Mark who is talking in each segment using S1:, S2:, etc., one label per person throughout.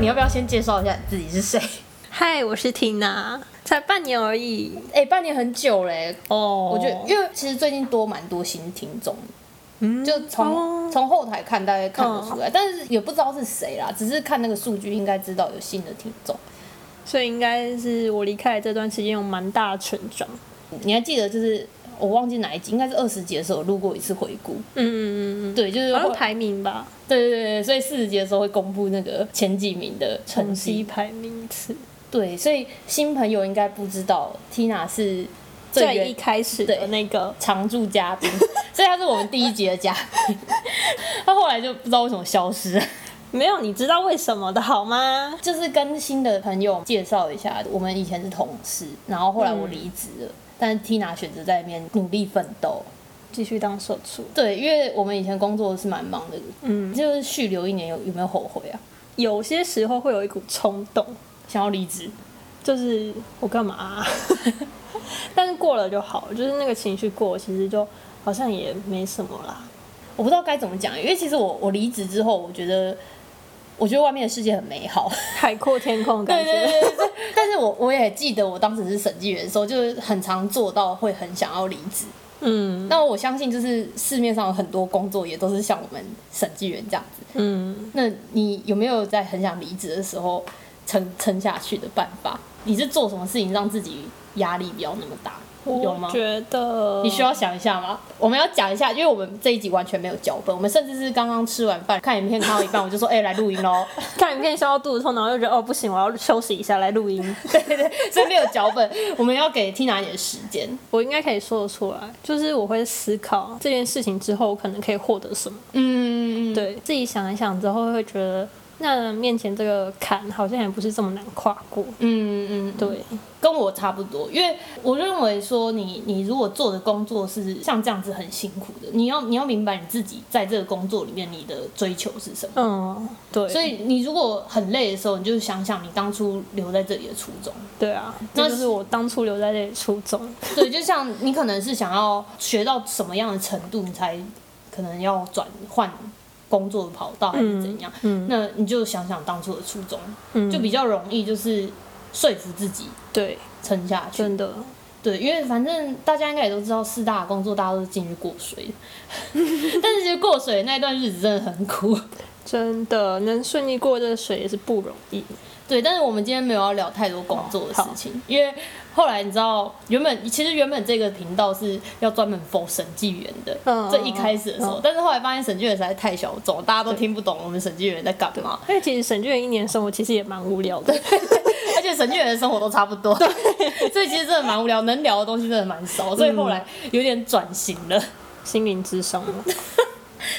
S1: 你要不要先介绍一下你自己是谁？
S2: 嗨，我是 Tina，才半年而已
S1: 哎、半年很久嘞、
S2: 哦
S1: 我觉得，因为其实最近多蛮多新听众，
S2: 嗯
S1: 就从
S2: 哦
S1: 从、后台看，大概看得出来，但是也不知道是谁啦，只是看那个数据应该知道有新的听众。
S2: 所以应该是我离开这段时间有蛮大的成长。
S1: 你还记得就是我忘记哪一集，应该是二十集的时候有录过一次回顾，
S2: 嗯嗯嗯
S1: 对，就是
S2: 嗯，好像
S1: 会
S2: 排名吧，
S1: 对对对对，所以四十集的时候会公布那个前几名的成
S2: 统计
S1: 绩。
S2: 排名一次，
S1: 对，所以新朋友应该不知道 Tina 是最
S2: 最一
S1: 原
S2: 开始
S1: 对
S2: 的那个
S1: 常驻嘉宾，所以他是我们第一集的嘉宾。他后来就不知道为什么消失了，
S2: 没有，你知道为什么的好吗？
S1: 就是跟新的朋友介绍一下，我们以前是同事，然后后来我离职了，但是 Tina 选择在那边努力奋斗。
S2: 继续当社畜，
S1: 对，因为我们以前工作是蛮忙的，
S2: 嗯，
S1: 就是续留一年有有没有后悔啊？
S2: 有些时候会有一股冲动，
S1: 想要离职，
S2: 就是我干嘛啊、 但是过了就好，就是那个情绪过，其实就好像也没什么啦。
S1: 我不知道该怎么讲，因为其实我我离职之后，我觉得我觉得外面的世界很美好。
S2: 海阔天空的感觉。
S1: 对对。 但是我我也记得我当时是审计员的时候，就是很常做到会很想要离职。
S2: 嗯
S1: 那我相信就是市面上有很多工作也都是像我们审计员这样子。
S2: 嗯，
S1: 那你有没有在很想离职的时候撑撑下去的办法？你是做什么事情让自己压力不要那么大？有
S2: 我
S1: 吗？
S2: 觉得
S1: 你需要想一下吗？我们要讲一下，因为我们这一集完全没有脚本，我们甚至是刚刚吃完饭看影片看到一半，我就说：“哎、来录音喽！”
S2: 看影片笑到肚子痛，然后就觉得哦不行，我要休息一下来录音。
S1: 对对， 所以没有脚本，我们要给 Tina 一点时间。
S2: 我应该可以说得出来，就是我会思考这件事情之后，我可能可以获得什么。
S1: 嗯，
S2: 对自己想一想之后，会觉得那面前这个坎好像也不是这么难跨过。
S1: 嗯嗯，对，
S2: 对，
S1: 跟我差不多，因为我认为说你你如果做的工作是像这样子很辛苦的，你要你要明白你自己在这个工作里面你的追求是什么。
S2: 嗯，对，
S1: 所以你如果很累的时候，你就想想你当初留在这里的初 衷。
S2: 对啊，
S1: 那
S2: 这就是我当初留在这里初衷。
S1: 对，就像你可能是想要学到什么样的程度，你才可能要转换工作的跑道还是怎样？
S2: 嗯
S1: 那你就想想当初的初衷，
S2: 嗯，
S1: 就比较容易就是说服自己
S2: 对，
S1: 撑下去。
S2: 真的，
S1: 对，因为反正大家应该也都知道，四大工作大家都是进去过水的，但是其实过水的那一段日子真的很苦。
S2: 真的能顺利过这个水也是不容易。
S1: 对，但是我们今天没有要聊太多工作的事情，因为后来你知道，原本其实原本这个频道是要专门否审计员的，
S2: 嗯
S1: 最一开始的时候，但是后来发现审计员实在太小众，大家都听不懂我们审计员在干嘛，
S2: 因为其实沈俊的一年生活其实也蛮无聊 的。
S1: 而且审计员的生活都差不多，所以其实真的蛮无聊，能聊的东西真的蛮少，所以
S2: 嗯
S1: 后来有点转型了，
S2: 心灵之商吗？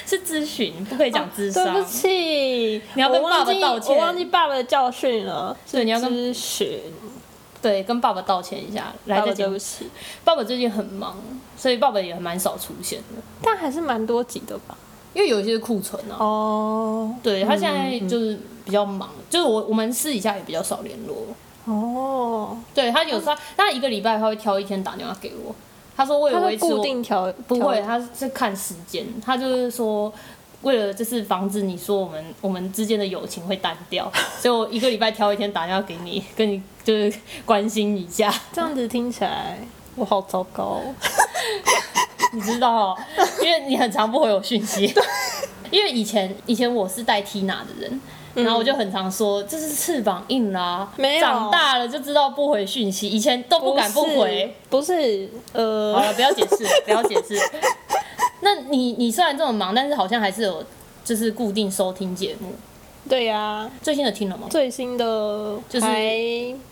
S1: 是咨询，不可以讲智商。
S2: 哦对不起，
S1: 你要跟
S2: 我忘
S1: 爸
S2: 记
S1: 爸道歉
S2: 我忘记爸爸的教训了。
S1: 对你要跟
S2: 咨询，
S1: 对，跟爸爸道歉一下，来
S2: 爸
S1: 再
S2: 爸对
S1: 见
S2: 不。起，
S1: 爸爸最近很忙，所以爸爸也蛮少出现的，
S2: 但还是蛮多集的吧？
S1: 因为有一些库存啊。
S2: 哦嗯
S1: 对他现在就是比较忙，就是我我们私底下也比较少联络。
S2: 哦，
S1: 对他有时候他一个礼拜他会挑一天打电话给我，他说为
S2: 他
S1: 了
S2: 会
S1: 维持我
S2: 固定调，
S1: 不会，啊
S2: 调
S1: 他是看时间，他就是说。为了就是防止你说我们我们之间的友情会淡掉，所以我一个礼拜挑一天打电话给你，跟你就是关心一下。
S2: 这样子听起来我好糟糕哦。
S1: 你知道哦，因为你很常不回我讯息。 因为以前以前我是带 Tina 的人，然后我就很常说，这是翅膀硬啦、
S2: 嗯没有
S1: 长大了就知道不回讯息，以前都不敢不回。
S2: 不是，不是
S1: 好
S2: 呃，
S1: 了，不要解释 了，不要解释。那你你虽然这么忙，但是好像还是有就是固定收听节目。
S2: 对呀、
S1: 最新的听了吗？
S2: 最新的
S1: 就是
S2: 还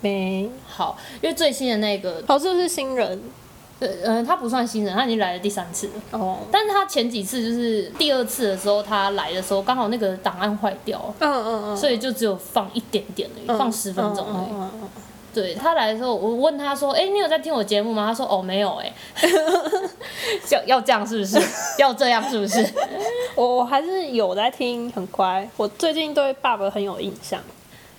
S2: 没，哦
S1: 好，因为最新的那个，
S2: 好，是不是新人？
S1: 呃呃，他不算新人，他已经来了第三次了。
S2: 哦，
S1: 但是他前几次就是第二次的时候，他来的时候刚好那个档案坏掉了，
S2: 嗯嗯嗯，
S1: 所以就只有放一点点而已，放十分钟而已。
S2: 嗯嗯嗯
S1: 对他来的时候，我问他说：“哎、你有在听我节目吗？”他说：“哦，没有、 欸。”哎，要要这样是不是？要这样是不是？
S2: 我我还是有在听，很乖。我最近对爸爸很有印象，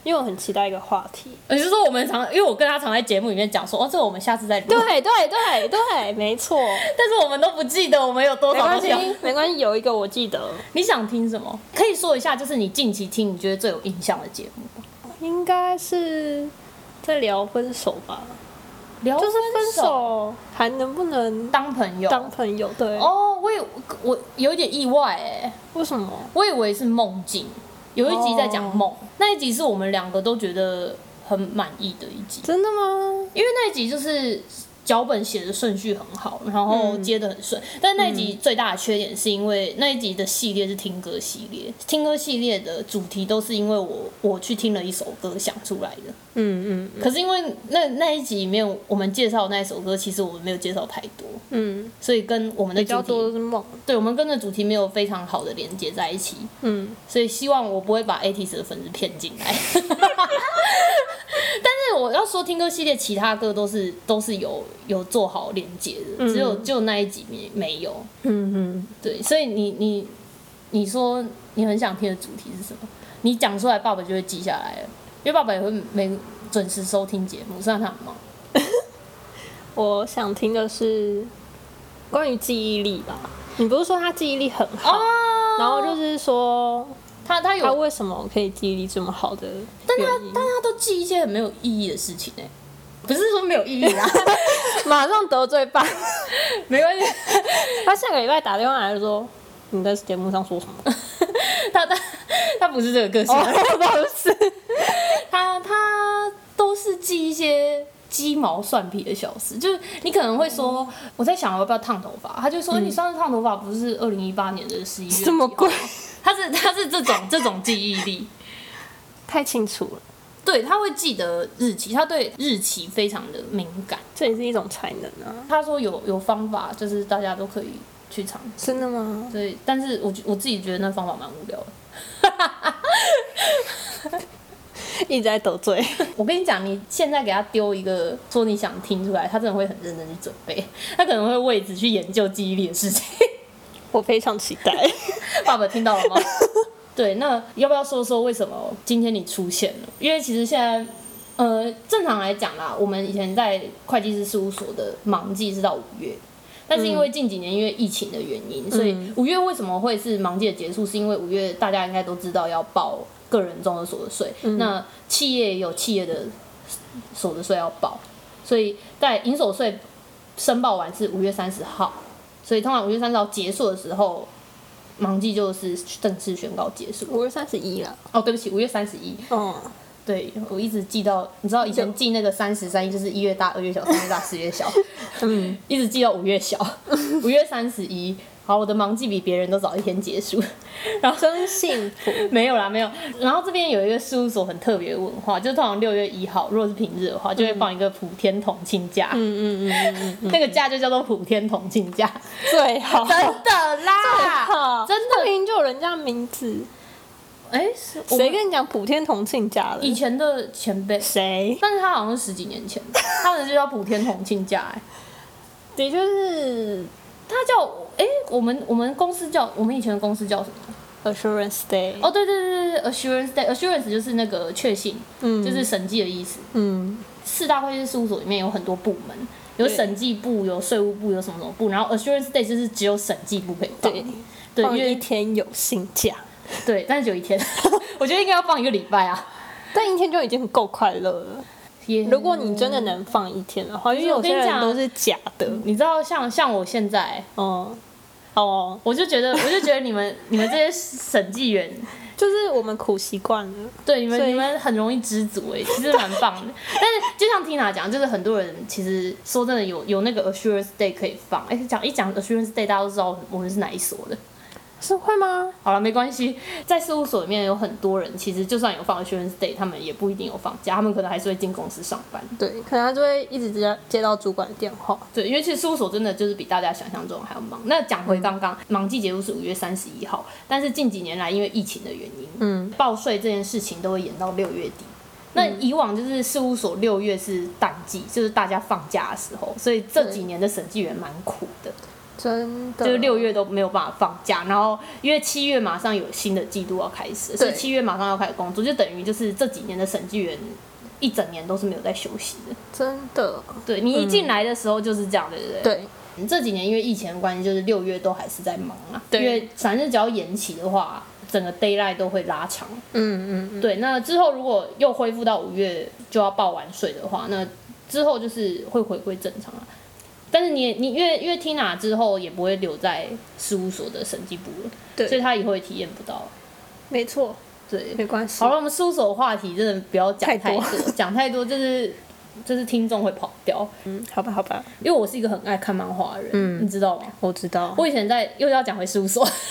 S2: 因为我很期待一个话题。
S1: 也就是说，我们常因为我跟他常在节目里面讲说，哦，这个我们下次再录，
S2: 对对对对，没错，
S1: 但是我们都不记得我们有多
S2: 没
S1: 少
S2: 关
S1: 东
S2: 系啊
S1: 西要。
S2: 没关系，有一个我记得，
S1: 你想听什么？可以说一下，就是你近期听你觉得最有印象的节目吧。
S2: 应该是在聊分手吧，
S1: 聊
S2: 就是哦分
S1: 分
S2: 手还能不能
S1: 当朋友
S2: 当朋友？对，
S1: 哦，我也我有点意外哎，
S2: 为什么？
S1: 我以为是梦境。有一集在讲
S2: 哦
S1: 梦那一集是我们两个都觉得很满意的一集。
S2: 真的吗？
S1: 因为那一集就是脚本写的顺序很好，然
S2: 嗯
S1: 后接的很顺。但那一集最大的缺点是因为那一集的系列是听歌系列，听歌系列的主题都是因为我我去听了一首歌想出来的。
S2: 嗯嗯
S1: 可是因为那那一集里面我们介绍的那一首歌，其实我们没有介绍太多，
S2: 嗯，
S1: 所以跟我们的
S2: 比较
S1: 主
S2: 多
S1: 题，
S2: 的是梦，
S1: 对我们跟的主题没有非常好的连接在一起。
S2: 嗯，
S1: 所以希望我不会把 ATS 的粉丝骗进来。 但是我要说，听歌系列其他歌都是都是有有做好连接的，只有就那一集没没有。
S2: 嗯嗯，
S1: 对，所以你你你说你很想听的主题是什么？你讲出来，爸爸就会记下来了，因为爸爸也会每准时收听节目，虽然他很忙。
S2: 我想听的是关于记忆力吧。你不是说他记忆力很好，
S1: 哦，
S2: 然后就是说
S1: 他他有
S2: 他，为什么可以记忆力这么好的
S1: 但他
S2: 原因
S1: 但他都记一些很没有意义的事情哎、不是说没有意义啦，
S2: 马上得罪爸。
S1: 没关系。
S2: 他下个礼拜打电话来就说你在节目上说什么？
S1: 他他他不是这个个性，
S2: 哦
S1: 啊
S2: 不 是，
S1: 他他都是记一些鸡毛蒜皮的小事，就是你可能会说，我在想我要不要烫头发，他就说、你上次烫头发不是二零一八年的十一月，
S2: 这么贵，
S1: 他是他是这种这种记忆力，
S2: 太清楚了，
S1: 对他会记得日期，他对日期非常的敏感。
S2: 这也是一种才能啊！
S1: 他说有有方法，就是大家都可以去尝试。
S2: 真的吗？
S1: 对，但是我我自己觉得那方法蛮无聊的。
S2: 一直在得罪，
S1: 我跟你讲，你现在给他丢一个说你想听出来，他真的会很认真去准备，他可能会为此去研究记忆力的事情。
S2: 我非常期 待。
S1: 爸爸听到了吗？ 对，那要不要说说为什么今天你出现了？因为其实现在，呃，正常来讲啦，我们以前在会计师事务所的忙季是到五月，但是因为近几年因为疫情的原因，所以五月为什么会是忙季的结束？是因为五月大家应该都知道要报个人综合所得税，那企业也有企业的所得税要报，所以在营所税申报完是五月三十号，所以通常五月三十号结束的时候，忙季就是正式宣告结束。
S2: 五月三十一了，
S1: 哦，对不起，五月三十一。
S2: 嗯，
S1: 对，我一直记到，你知道以前记那个三十三就是一月大、二月小、三月大、四月小， 嗯，一直记到五月 小，五月三十一。好，我的忙季比别人都早一天结 束。
S2: 真幸福。
S1: 没有啦，没有。然后这边有一个事务所很特别的文化，就通常六月一号，如果是平日的话，就会放一个普天同庆假，
S2: 嗯嗯嗯，
S1: 那个假就叫做普天同庆假，
S2: 最 好，
S1: 真的啦，
S2: 好，
S1: 真
S2: 那
S1: 的。
S2: 明明就有人家名字，
S1: 哎，是我
S2: 谁
S1: 们
S2: 跟你讲普天同庆假了
S1: 以？前的前辈，
S2: 谁？
S1: 但是他好像是十几年前，他们就叫普天同庆假、哎，
S2: 的确是
S1: 他叫哎、我们我们公司叫我们以前的公司叫什么？
S2: assurance day，
S1: 哦，对对对对对，assurance day，assurance 就是那个确信，
S2: 嗯
S1: 就是审计的意思。
S2: 嗯，
S1: 四大会计师事务所里面有很多部门，有
S2: 对
S1: 审计部，有税务部，有什么什么部，然后 assurance day 就是只有审计部可以放，
S2: 对，
S1: 对，
S2: 放
S1: 因
S2: 一
S1: 为
S2: 天有薪假，
S1: 对，但是只有一天， 我觉得应该要放一个礼拜啊。
S2: 但一天就已经够快乐了。
S1: 也
S2: 如果你真的能放一天的话，因为有些人都嗯是假的。
S1: 你知道像像我现在，
S2: 嗯，哦，
S1: 我就觉得我就觉得你们你们这些审计员
S2: 就是我们苦习惯了。
S1: 对，你
S2: 所
S1: 们
S2: 以
S1: 你们很容易知足哎、其实蛮棒 的。但是就像 Tina 讲，就是很多人其实说真的有有那个 Assurance Day 可以放，哎、讲一讲 Assurance Day，大家都知道我们是哪一所的。
S2: 是会吗？
S1: 好了，没关系，在事务所里面有很多人，其实就算有放 Assurance Day，他们也不一定有放假，他们可能还是会进公司上班。
S2: 对，可能他就会一直接接到主管的电话。
S1: 对，因为其实事务所真的就是比大家想象中还要忙。那讲回刚刚，
S2: 嗯
S1: 忙季结束是五月三十一号，但是近几年来因为疫情的原因，
S2: 嗯，
S1: 报税这件事情都会延到六月底。那以往就是事务所六月是淡季，就是大家放假的时候，所以这几年的审计员蛮苦的。
S2: 真的
S1: 就是六月都没有办法放假，然后因为七月马上有新的季度要开始，所以
S2: 对
S1: 七月马上要开始工作，就等于就是这几年的审计员一整年都是没有在休息的。
S2: 真的
S1: 对你一进来的时候就是这样，对不对？
S2: 对
S1: 这几年因为疫情的关系，就是六月都还是在忙啊。
S2: 对
S1: 因为反正只要延期的话，整个 d a y l i g h t 都会拉长。
S2: 嗯嗯嗯
S1: 对，那之后如果又恢复到五月就要报完税的话，那之后就是会回归正常啊。但是你也你因为因为 Tina 之后也不会留在事务所的审计部了，所以
S2: 对，
S1: 她以后也体验不到。
S2: 没错，
S1: 对，
S2: 没关系
S1: 好。了，我们事务所的话题真的不要讲
S2: 太
S1: 太
S2: 多
S1: 多，讲太多就是就是听众会跑掉。
S2: 嗯，好吧好吧，
S1: 因为我是一个很爱看漫画的人，
S2: 嗯
S1: 你知道吗？
S2: 我知道。
S1: 我以前在又要讲回事务所，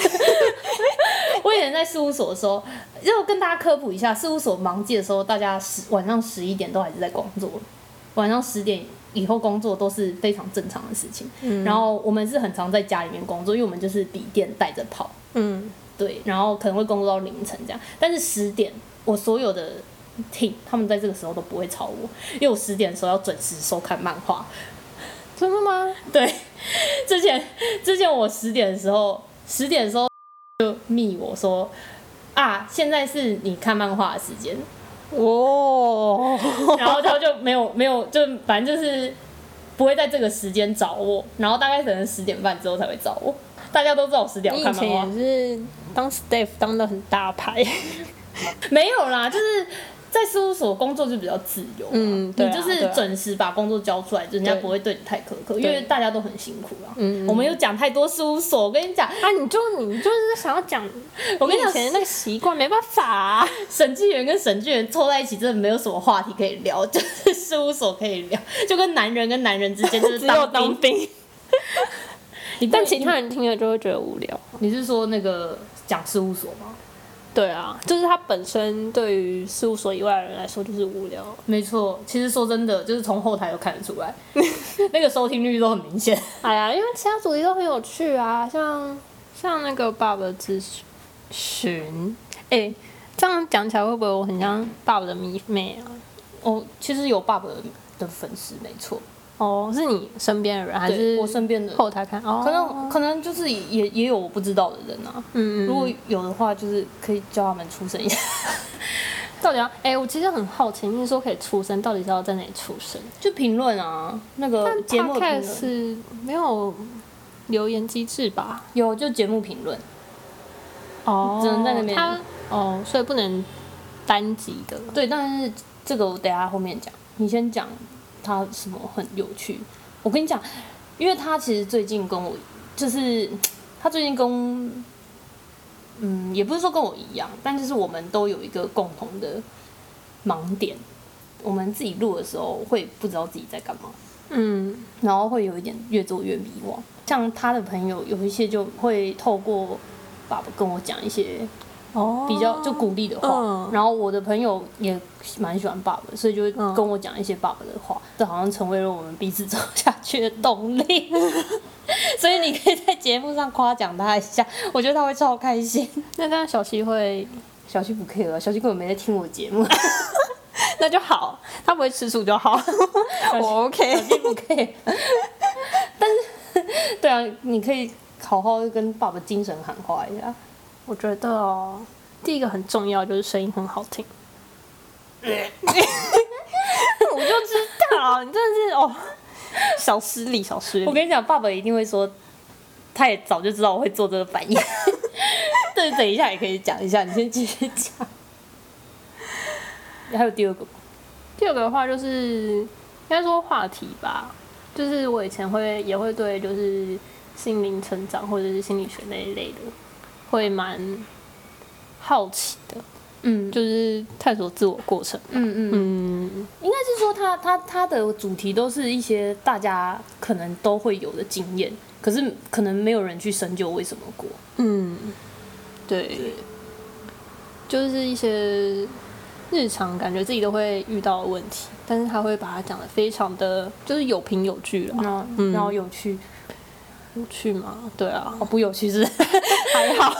S1: 我以前在事务所的时候，要跟大家科普一下，事务所忙季的时候，大家十晚上十一点都还是在工作，晚上十点以后工作都是非常正常的事情。然后我们是很常在家里面工作，因为我们就是笔电带着跑，
S2: 嗯，
S1: 对，然后可能会工作到凌晨这样。但是十点，我所有的 team 他们在这个时候都不会吵我，因为我十点的时候要准时收看漫画。
S2: 真的吗？
S1: 对，之前之前我十点的时候，十点的时候就密我说啊，现在是你看漫画的时间，
S2: 哦，
S1: 然后他就没有没有，就反正就是不会在这个时间找我，然后大概可能十点半之后才会找我。大家都知道我十点要
S2: 你以
S1: 看漫
S2: 前
S1: 画，
S2: 也是当 staff 当的很大牌，
S1: 没有啦，就是。在事务所工作就比较自由啊、
S2: 嗯对啊
S1: 你就
S2: 对
S1: 是
S2: 啊
S1: 准时把工作交出来，人家
S2: 对
S1: 不会对你太苛刻，因
S2: 对嗯
S1: 为大家都很辛苦啊。我们有讲太多事务所，我跟你讲，
S2: 啊，你就你就是想要讲，
S1: 我跟你
S2: 以
S1: 讲，
S2: 前那个习惯没办法啊、
S1: 审计员跟审计员凑在一起，真的没有什么话题可以聊，就是事务所可以聊，就跟男人跟男人之间就是
S2: 只有当
S1: 兵。
S2: 兵。
S1: 你
S2: 但
S1: 但
S2: 其
S1: 其
S2: 他
S1: 他
S2: 人听了就会觉得无聊。
S1: 你是说那个讲事务所吗？
S2: 对啊，就是他本身对于事务所以外的人来说就是无聊。
S1: 没错，其实说真的，就是从后台都看得出 来，那个收听率都很明显。
S2: 哎呀，因为其他主题都很有趣啊，像像那个爸爸咨询，哎、这样讲起来会不会我很像爸爸的迷妹啊？
S1: 哦，其实有爸爸的粉丝，没错，
S2: 哦，是你身边的人还
S1: 还
S2: 是
S1: 是我身边的，
S2: 后台看？哦，
S1: 可能可能就是也也有我不知道的人啊。
S2: 嗯，嗯
S1: 如果有的话，就是可以叫他们出声一下。
S2: 到底要哎、我其实很好奇，你说可以出生，到底是要在哪里出生？
S1: 就评论啊，那个节目的评
S2: 开
S1: 论
S2: 始没有留言机制吧？
S1: 有就节目评论，
S2: 哦
S1: 只能在那边
S2: 它哦，所以不能单集的。
S1: 对，但是这个我等一下后面讲，你先讲他什么很有趣。我跟你讲，因为他其实最近跟我，就是他最近跟，嗯，也不是说跟我一样，但就是我们都有一个共同的盲点，我们自己录的时候会不知道自己在干嘛。
S2: 嗯，
S1: 然后会有一点越做越迷惘。像他的朋友有一些就会透过爸爸跟我讲一些
S2: 哦
S1: 比较就鼓励的话，
S2: 嗯
S1: 然后我的朋友也蛮喜欢爸爸的，所以就会
S2: 嗯
S1: 跟我讲一些爸爸的话，这好像成为了我们彼此走下去的动 力。所以你可以在节目上夸奖他一下，我觉得他会超开心。
S2: 那这样小西会，
S1: 小七不 care 啊，小七根本没在听我节 目，
S2: 那就好，他不会吃醋就好。我 OK，
S1: 小七不 care。但是，对啊，你可以好好跟爸爸精神喊话一 下。
S2: 我觉得哦，第一个很重要就是声音很好听。我就知道，你真的是哦，小失礼，小失
S1: 我
S2: 礼。
S1: 跟你讲，爸爸一定会说，他也早就知道我会做这个反应。 对，等一下也可以讲一下，你先继续讲。还有第二个吗，
S2: 第二个的话就是应该说话题吧，就是我以前会也会对就是心灵成长或者是心理学那一类的，会蛮好奇的，
S1: 嗯
S2: 就是探索自我过程。
S1: 嗯嗯，
S2: 嗯，
S1: 应该是说他他他的主题都是一些大家可能都会有的经验，可是可能没有人去深究为什么过。
S2: 嗯，对，就是一些日常感觉自己都会遇到的问题，但是他会把它讲的非常的，就是有凭有据了。
S1: 然后、
S2: 嗯
S1: 然后有趣，
S2: 有趣吗？对啊
S1: 哦，不有趣是 不是
S2: 还好，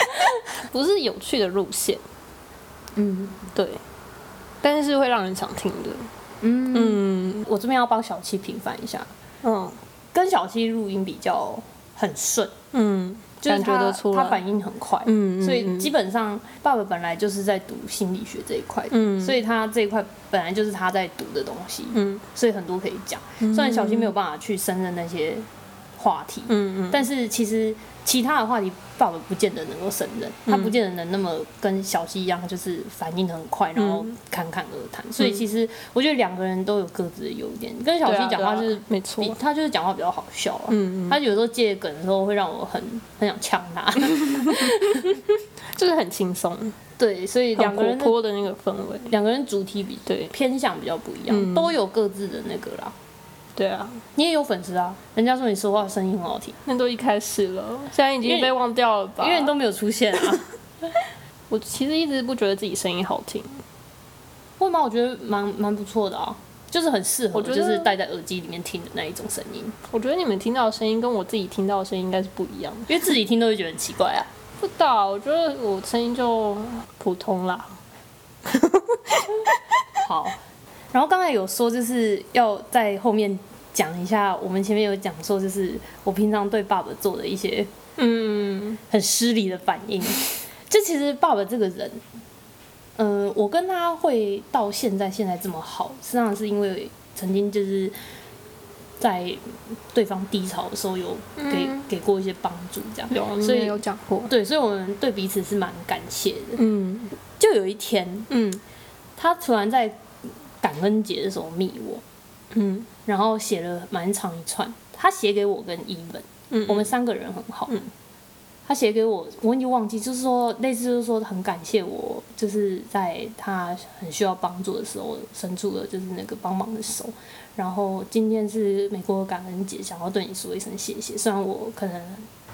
S2: 不是有趣的路线，
S1: 嗯
S2: 对，但是会让人想听的。
S1: 嗯，
S2: 嗯
S1: 我这边要帮小七平反一下，
S2: 嗯，
S1: 跟小七录音比较很顺，
S2: 嗯，
S1: 就是
S2: 感觉
S1: 他
S2: 得出
S1: 他
S2: 来
S1: 反应很快，
S2: 嗯嗯
S1: 所以
S2: 嗯
S1: 基本上爸爸本来就是在读心理学这一块的，
S2: 嗯
S1: 所以他这一块本来就是他在读的东西，
S2: 嗯
S1: 所以很多可以讲。虽然小新没有办法去胜任那些话题，
S2: 嗯嗯，
S1: 但是其实其他的话题，爸爸不见得能够胜任，
S2: 嗯
S1: 他不见得能那么跟小西一样，就是反应很快，然
S2: 嗯
S1: 后侃侃而谈。所以其实我觉得两个人都有各自的优点。跟小
S2: 对
S1: 西
S2: 啊
S1: 讲
S2: 对
S1: 话
S2: 啊
S1: 就是
S2: 没错
S1: 比，他就是讲话比较好笑啊。
S2: 嗯
S1: 他有时候借梗的时候会让我很很想呛他，
S2: 就是很轻松，
S1: 对，所以两
S2: 很
S1: 个
S2: 活
S1: 人的
S2: 泼的那个氛围，
S1: 两个人主题比
S2: 对
S1: 偏向比较不一样，
S2: 嗯
S1: 都有各自的那个啦。
S2: 对啊，
S1: 你也有粉丝啊，人家说你说话声音很好听，
S2: 那都一开始了，现在已
S1: 因为
S2: 经被忘掉了吧？
S1: 因为你都没有出现啊。
S2: 我其实一直不觉得自己声音好听，
S1: 会吗？我觉得蛮蛮不错的啊，就是很适合，
S2: 我觉得
S1: 就是戴在耳机里面听的那一种声音，
S2: 我觉得你们听到的声音跟我自己听到的声音应该是不一样的。
S1: 因为自己听都会觉得很奇 怪啊。
S2: 不知道，我觉得我声音就普通啦。
S1: 好，然后刚才有说就是要在后面讲一下，我们前面有讲说，就是我平常对爸爸做的一些
S2: 嗯
S1: 很失礼的反应。 就其实爸爸这个人，嗯、我跟他会到现在现在这么好，实际上是因为曾经就是在对方低潮的时候有给、
S2: 嗯
S1: 给过一些帮助，这样
S2: 有，
S1: 所
S2: 所
S1: 以
S2: 以有讲过。
S1: 对，所以我们对彼此是蛮感谢的。
S2: 嗯
S1: 就有一天，
S2: 嗯
S1: 他突然在感恩节的时候密我，
S2: 嗯
S1: 然后写了蛮长一串，他写给我跟伊文，
S2: 嗯
S1: 我们三个人很好。
S2: 嗯
S1: 他写给我，我已经忘记，就是说类似就是说很感谢我，就是在他很需要帮助的时候伸出了就是那个帮忙的手。然后今天是美国感恩节，想要对你说一声谢谢。虽然我可能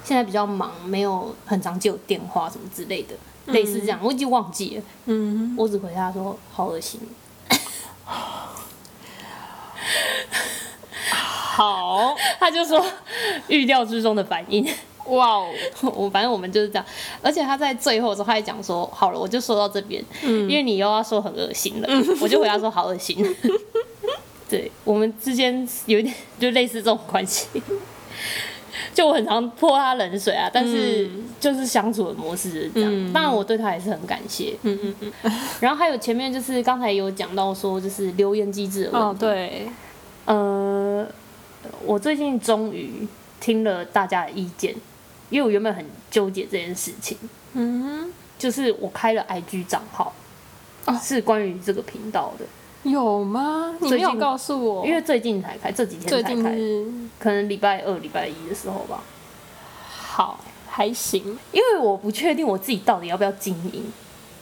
S1: 现在比较忙，没有很常接我电话什么之类的，类似这样，我已经忘记了。
S2: 嗯，
S1: 我只回他说好恶心，
S2: 好，
S1: 他就说 预料之中的反应。
S2: 哇哦，
S1: 我反正我们就是这样，而且他在最后的时候，他还讲说好了，我就说到这边，因为你又要说很恶心了，我就回他说好恶心。 对我们之间有一点就类似这种关系， 就我很常泼他冷水啊，但是就是相处的模式就是这样。当然我对他也是很感谢，嗯嗯嗯。 然后还有前面就是刚才有讲到说就是留言机制的问题，
S2: 哦对，
S1: 呃，我最近终于听了大家的意见，因为我原本很纠结这件事情，
S2: 嗯，
S1: 就是我开了 IG 账号，
S2: 哦
S1: 是关于这个频道的，
S2: 有吗？你没
S1: 最
S2: 有
S1: 近
S2: 告诉我，
S1: 因为最近才开，这几天
S2: 最
S1: 才
S2: 近
S1: 开，
S2: 是
S1: 可能礼拜二、礼拜一的时候吧，
S2: 好还行，
S1: 因为我不确定我自己到底要不要经营。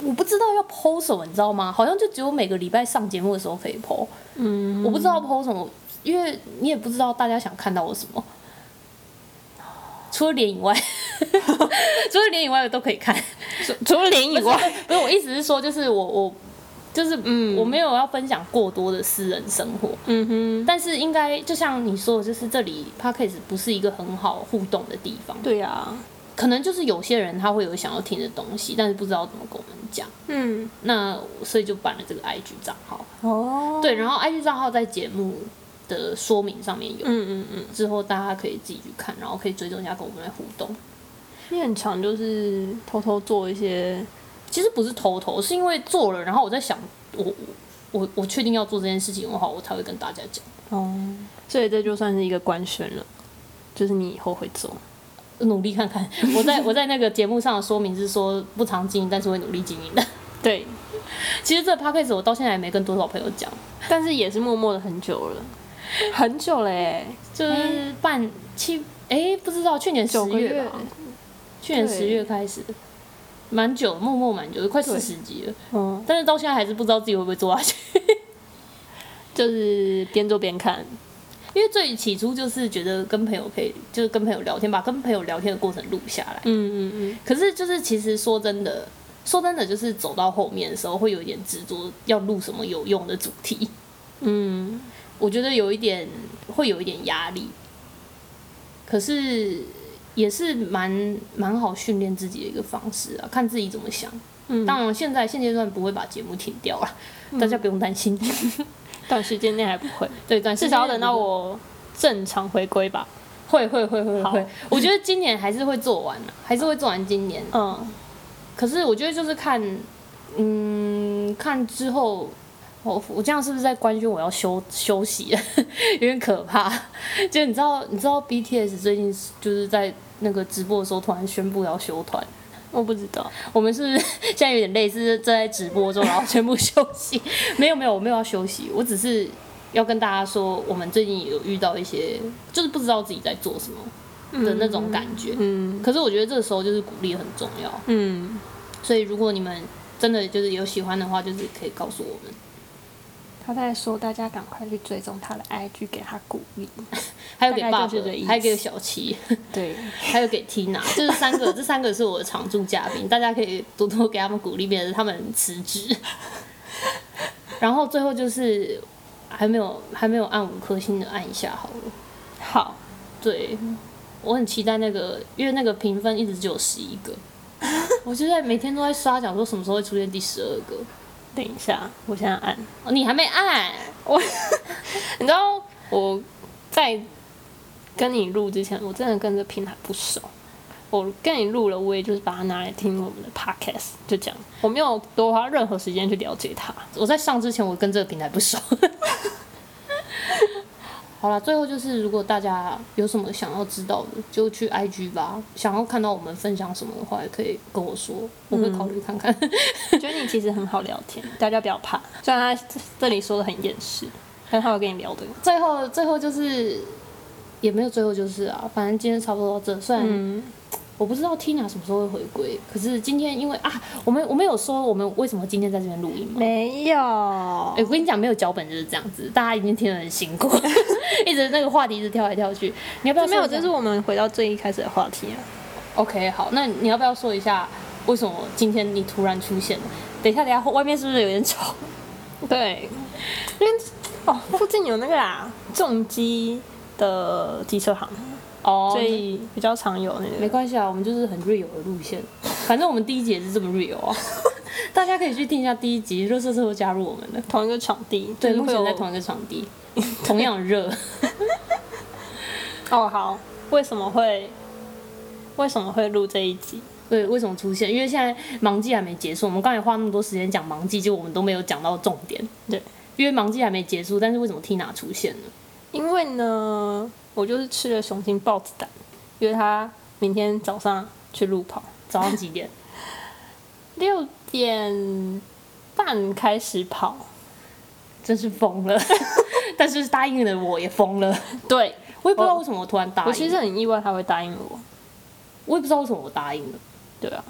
S1: 我不知道要 PO 什么，你知道吗？好像就只有每个礼拜上节目的时候可以 PO，、
S2: 嗯，
S1: 我不知道 PO 什么，因为你也不知道大家想看到我什么。除了脸以外， 除了脸以外的都可以看。
S2: 除除了脸以外，
S1: 不是我意思是说，就是我我就是嗯，我没有要分享过多的私人生活，
S2: 嗯哼，
S1: 但是应该就像你说的，就是这里 p a c k a g e 不是一个很好互动的地方，
S2: 对啊呀，
S1: 可能就是有些人他会有想要听的东西，但是不知道怎么跟我们讲，
S2: 嗯，
S1: 那所以就办了这个 IG 账号。
S2: 哦，
S1: 对，然后 IG 账号在节目的说明上面有。
S2: 嗯嗯嗯，
S1: 之后大家可以自己去看，然后可以追踪一下跟我们来互动。
S2: 你很常就是偷偷做一些，
S1: 其实不是头头，是因为做了，然后我在想，我我我我确定要做这件事情的话，我才会跟大家讲。
S2: 哦，所以这就算是一个官宣了，就是你以后会做，
S1: 努力看看，我在我在那个节目上的说明是说不常经营，但是会努力经营的。
S2: 对，
S1: 其实这个 p a c k a g e 我到现在也没跟多少朋友讲，
S2: 但是也是默默的很久了，很久嘞、
S1: 就是半七哎、不知道去年十
S2: 九个
S1: 月
S2: 月
S1: 吧，，去年
S2: 对
S1: 十月开始，蛮久，默默蛮久的，快四十集了，
S2: 嗯，
S1: 但是到现在还是不知道自己会不会做下啊去。
S2: 就是边做边看，
S1: 因为最起初就是觉得跟朋友可以，就是跟朋友聊天，把跟朋友聊天的过程录下来。
S2: 嗯嗯
S1: 可是就是其实说真的，说真的，就是走到后面的时候，会有一点执着要录什么有用的主题，
S2: 嗯
S1: 我觉得有一点会有一点压力。可是也是蛮蛮好训练自己的一个方式啊，看自己怎么想。
S2: 嗯
S1: 当然，现在现阶段不会把节目停掉了，大家不用担心。
S2: 嗯，短时间内还不会，
S1: 对，但
S2: 至少要等到我正常回归吧，
S1: 会会会会
S2: 好
S1: 会，我觉得今年还是会做完啊，还是会做完今年。
S2: 嗯，
S1: 可是我觉得就是看，嗯，看之后，我我这样是不是在官宣我要休休息？有点可怕。就你知道，你知道 BTS 最近就是在那个直播的时候突然宣布要休团，
S2: 我不知道，
S1: 我们是不是 现在有点类似正在直播中，然后全部休息？ 没有没有，我没有要休息，我只是要跟大家说，我们最近有遇到一些就是不知道自己在做什么的那种感觉。
S2: 嗯
S1: 可是我觉得这个时候就是鼓励很重要。
S2: 嗯，
S1: 所以如果你们真的就是有喜欢的话，就是可以告诉我们。
S2: 他在说大家赶快去追踪他的 IG，给他鼓励。
S1: 还有给
S2: 大概
S1: 爸
S2: 就是这个意
S1: 爸，
S2: 思
S1: 还有给小七，
S2: 对，
S1: 还有给 Tina，这 三个，这三个是我的常驻嘉宾，大家可以多多给他们鼓励，免得他们辞职。 然后最后就是还没有还没有按五颗星的按一下好了。
S2: 好，
S1: 对，我很期待那个，因为那个评分一直只有十一个，我就在每天都在刷，想说什么时候会出现第十二个。
S2: 等一下，我现在按。
S1: 哦，你还没按，
S2: 你知道我在跟你录之前，我真的跟这平台不熟。我跟你录了，我也就是把它拿来听我们的 podcast，就这样，我没有多花任何时间去了解它。
S1: 我在上之前，我跟这个平台不熟。好了，最后就是，如果大家有什么想要知道的，就去 IG 吧。想要看到我们分享什么的话，也可以跟我说，我会考虑看看。
S2: 我觉得你其实很好聊天，大家不要怕。虽然他这里说的很厌世，很好跟你聊的。
S1: 最后，最后就是也没有最后就是啊，反正今天差不多到这。虽然、
S2: 嗯，
S1: 我不知道 Tina 什么时候会回归，可是今天因为啊，我们我们有说我们为什么今天在这边录音吗？
S2: 没有。
S1: 哎、我跟你讲，没有脚本就是这样子，大家已经听得很辛苦， 一直那个话题一直跳来跳去。你要不要
S2: 没有，
S1: 说一下
S2: 这是我们回到最一开始的话题啊。
S1: OK，好，那你要不要说一下为什么今天你突然出现了？等一下，等一下，外面是不是有点吵？
S2: 对，因为哦，附近有那个啦，重机的机车行，
S1: 哦
S2: 所
S1: 所以
S2: 以比较常有那
S1: 没
S2: 个。
S1: 关系啊，我们就是很 real 的路线。反正我们第一集也是这么 real 啊，大家可以去听一下第一集，热色社会加入我们了。
S2: 同一个场地，
S1: 对，
S2: 就是
S1: 目
S2: 会
S1: 前
S2: 有
S1: 在同一个场地，同样热。
S2: 哦好，为什么会为什么会录这一集？
S1: 对，为什么出现？因为现在忙季还没结束，我们刚才花那么多时间讲忙季，结果我们都没有讲到重点。
S2: 对，
S1: 因为忙季还没结束，但是为什么 Tina 出现 呢？
S2: 因为呢，我就是吃了雄心豹子胆，约他明天早上去路跑，
S1: 早上几点？
S2: 六点半开始跑。
S1: 真是疯了，但是答应了我也疯了。
S2: 对，
S1: 我也不知道为什么我突然答应，
S2: 我其实很意外他会答应我。
S1: 我也不知道为什么我答应了。
S2: 对啊，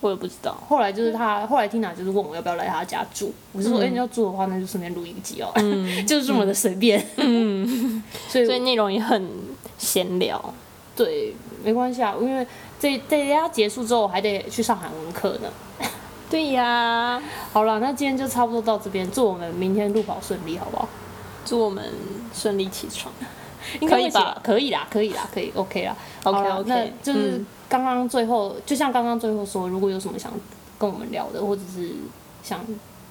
S2: 我也不知道。
S1: 后来就是他，后来 Tina 就是问我要不要来他家住，我
S2: 嗯
S1: 就说，哎、你要住的话，那就顺便录一集哦， 就是这么的随便。嗯，所以
S2: 所以内容也很闲聊。
S1: 对，没关系啊，因为这这家结束之后，我还得去上韩文课呢。
S2: 对呀、
S1: 好了，那今天就差不多到这边，祝我们明天路跑顺利，好不好？
S2: 祝我们顺利起床。
S1: 应该
S2: 可以
S1: 会起来
S2: 吧
S1: 可以啦，可以啦，可以，OK 啦。
S2: OK，
S1: 好啦
S2: OK，
S1: 那就是
S2: 嗯
S1: 刚刚最后，就像刚刚最后说，如果有什么想跟我们聊的，或者是想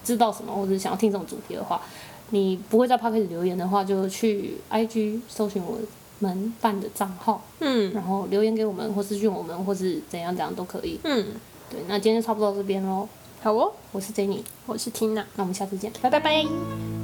S1: 知道什么，或者是想要听什么主题的话，你不会在 p o c k e t 留言的话，就去 IG 搜寻我们办的账号，
S2: 嗯
S1: 然后留言给我们，或私讯我们，或是怎样怎样都可以。
S2: 嗯，
S1: 对，那今天就差不多到这边喽，
S2: 好哦，
S1: 我是 Jenny，
S2: 我是 Tina，
S1: 那我们下次见，拜拜。
S2: 拜拜。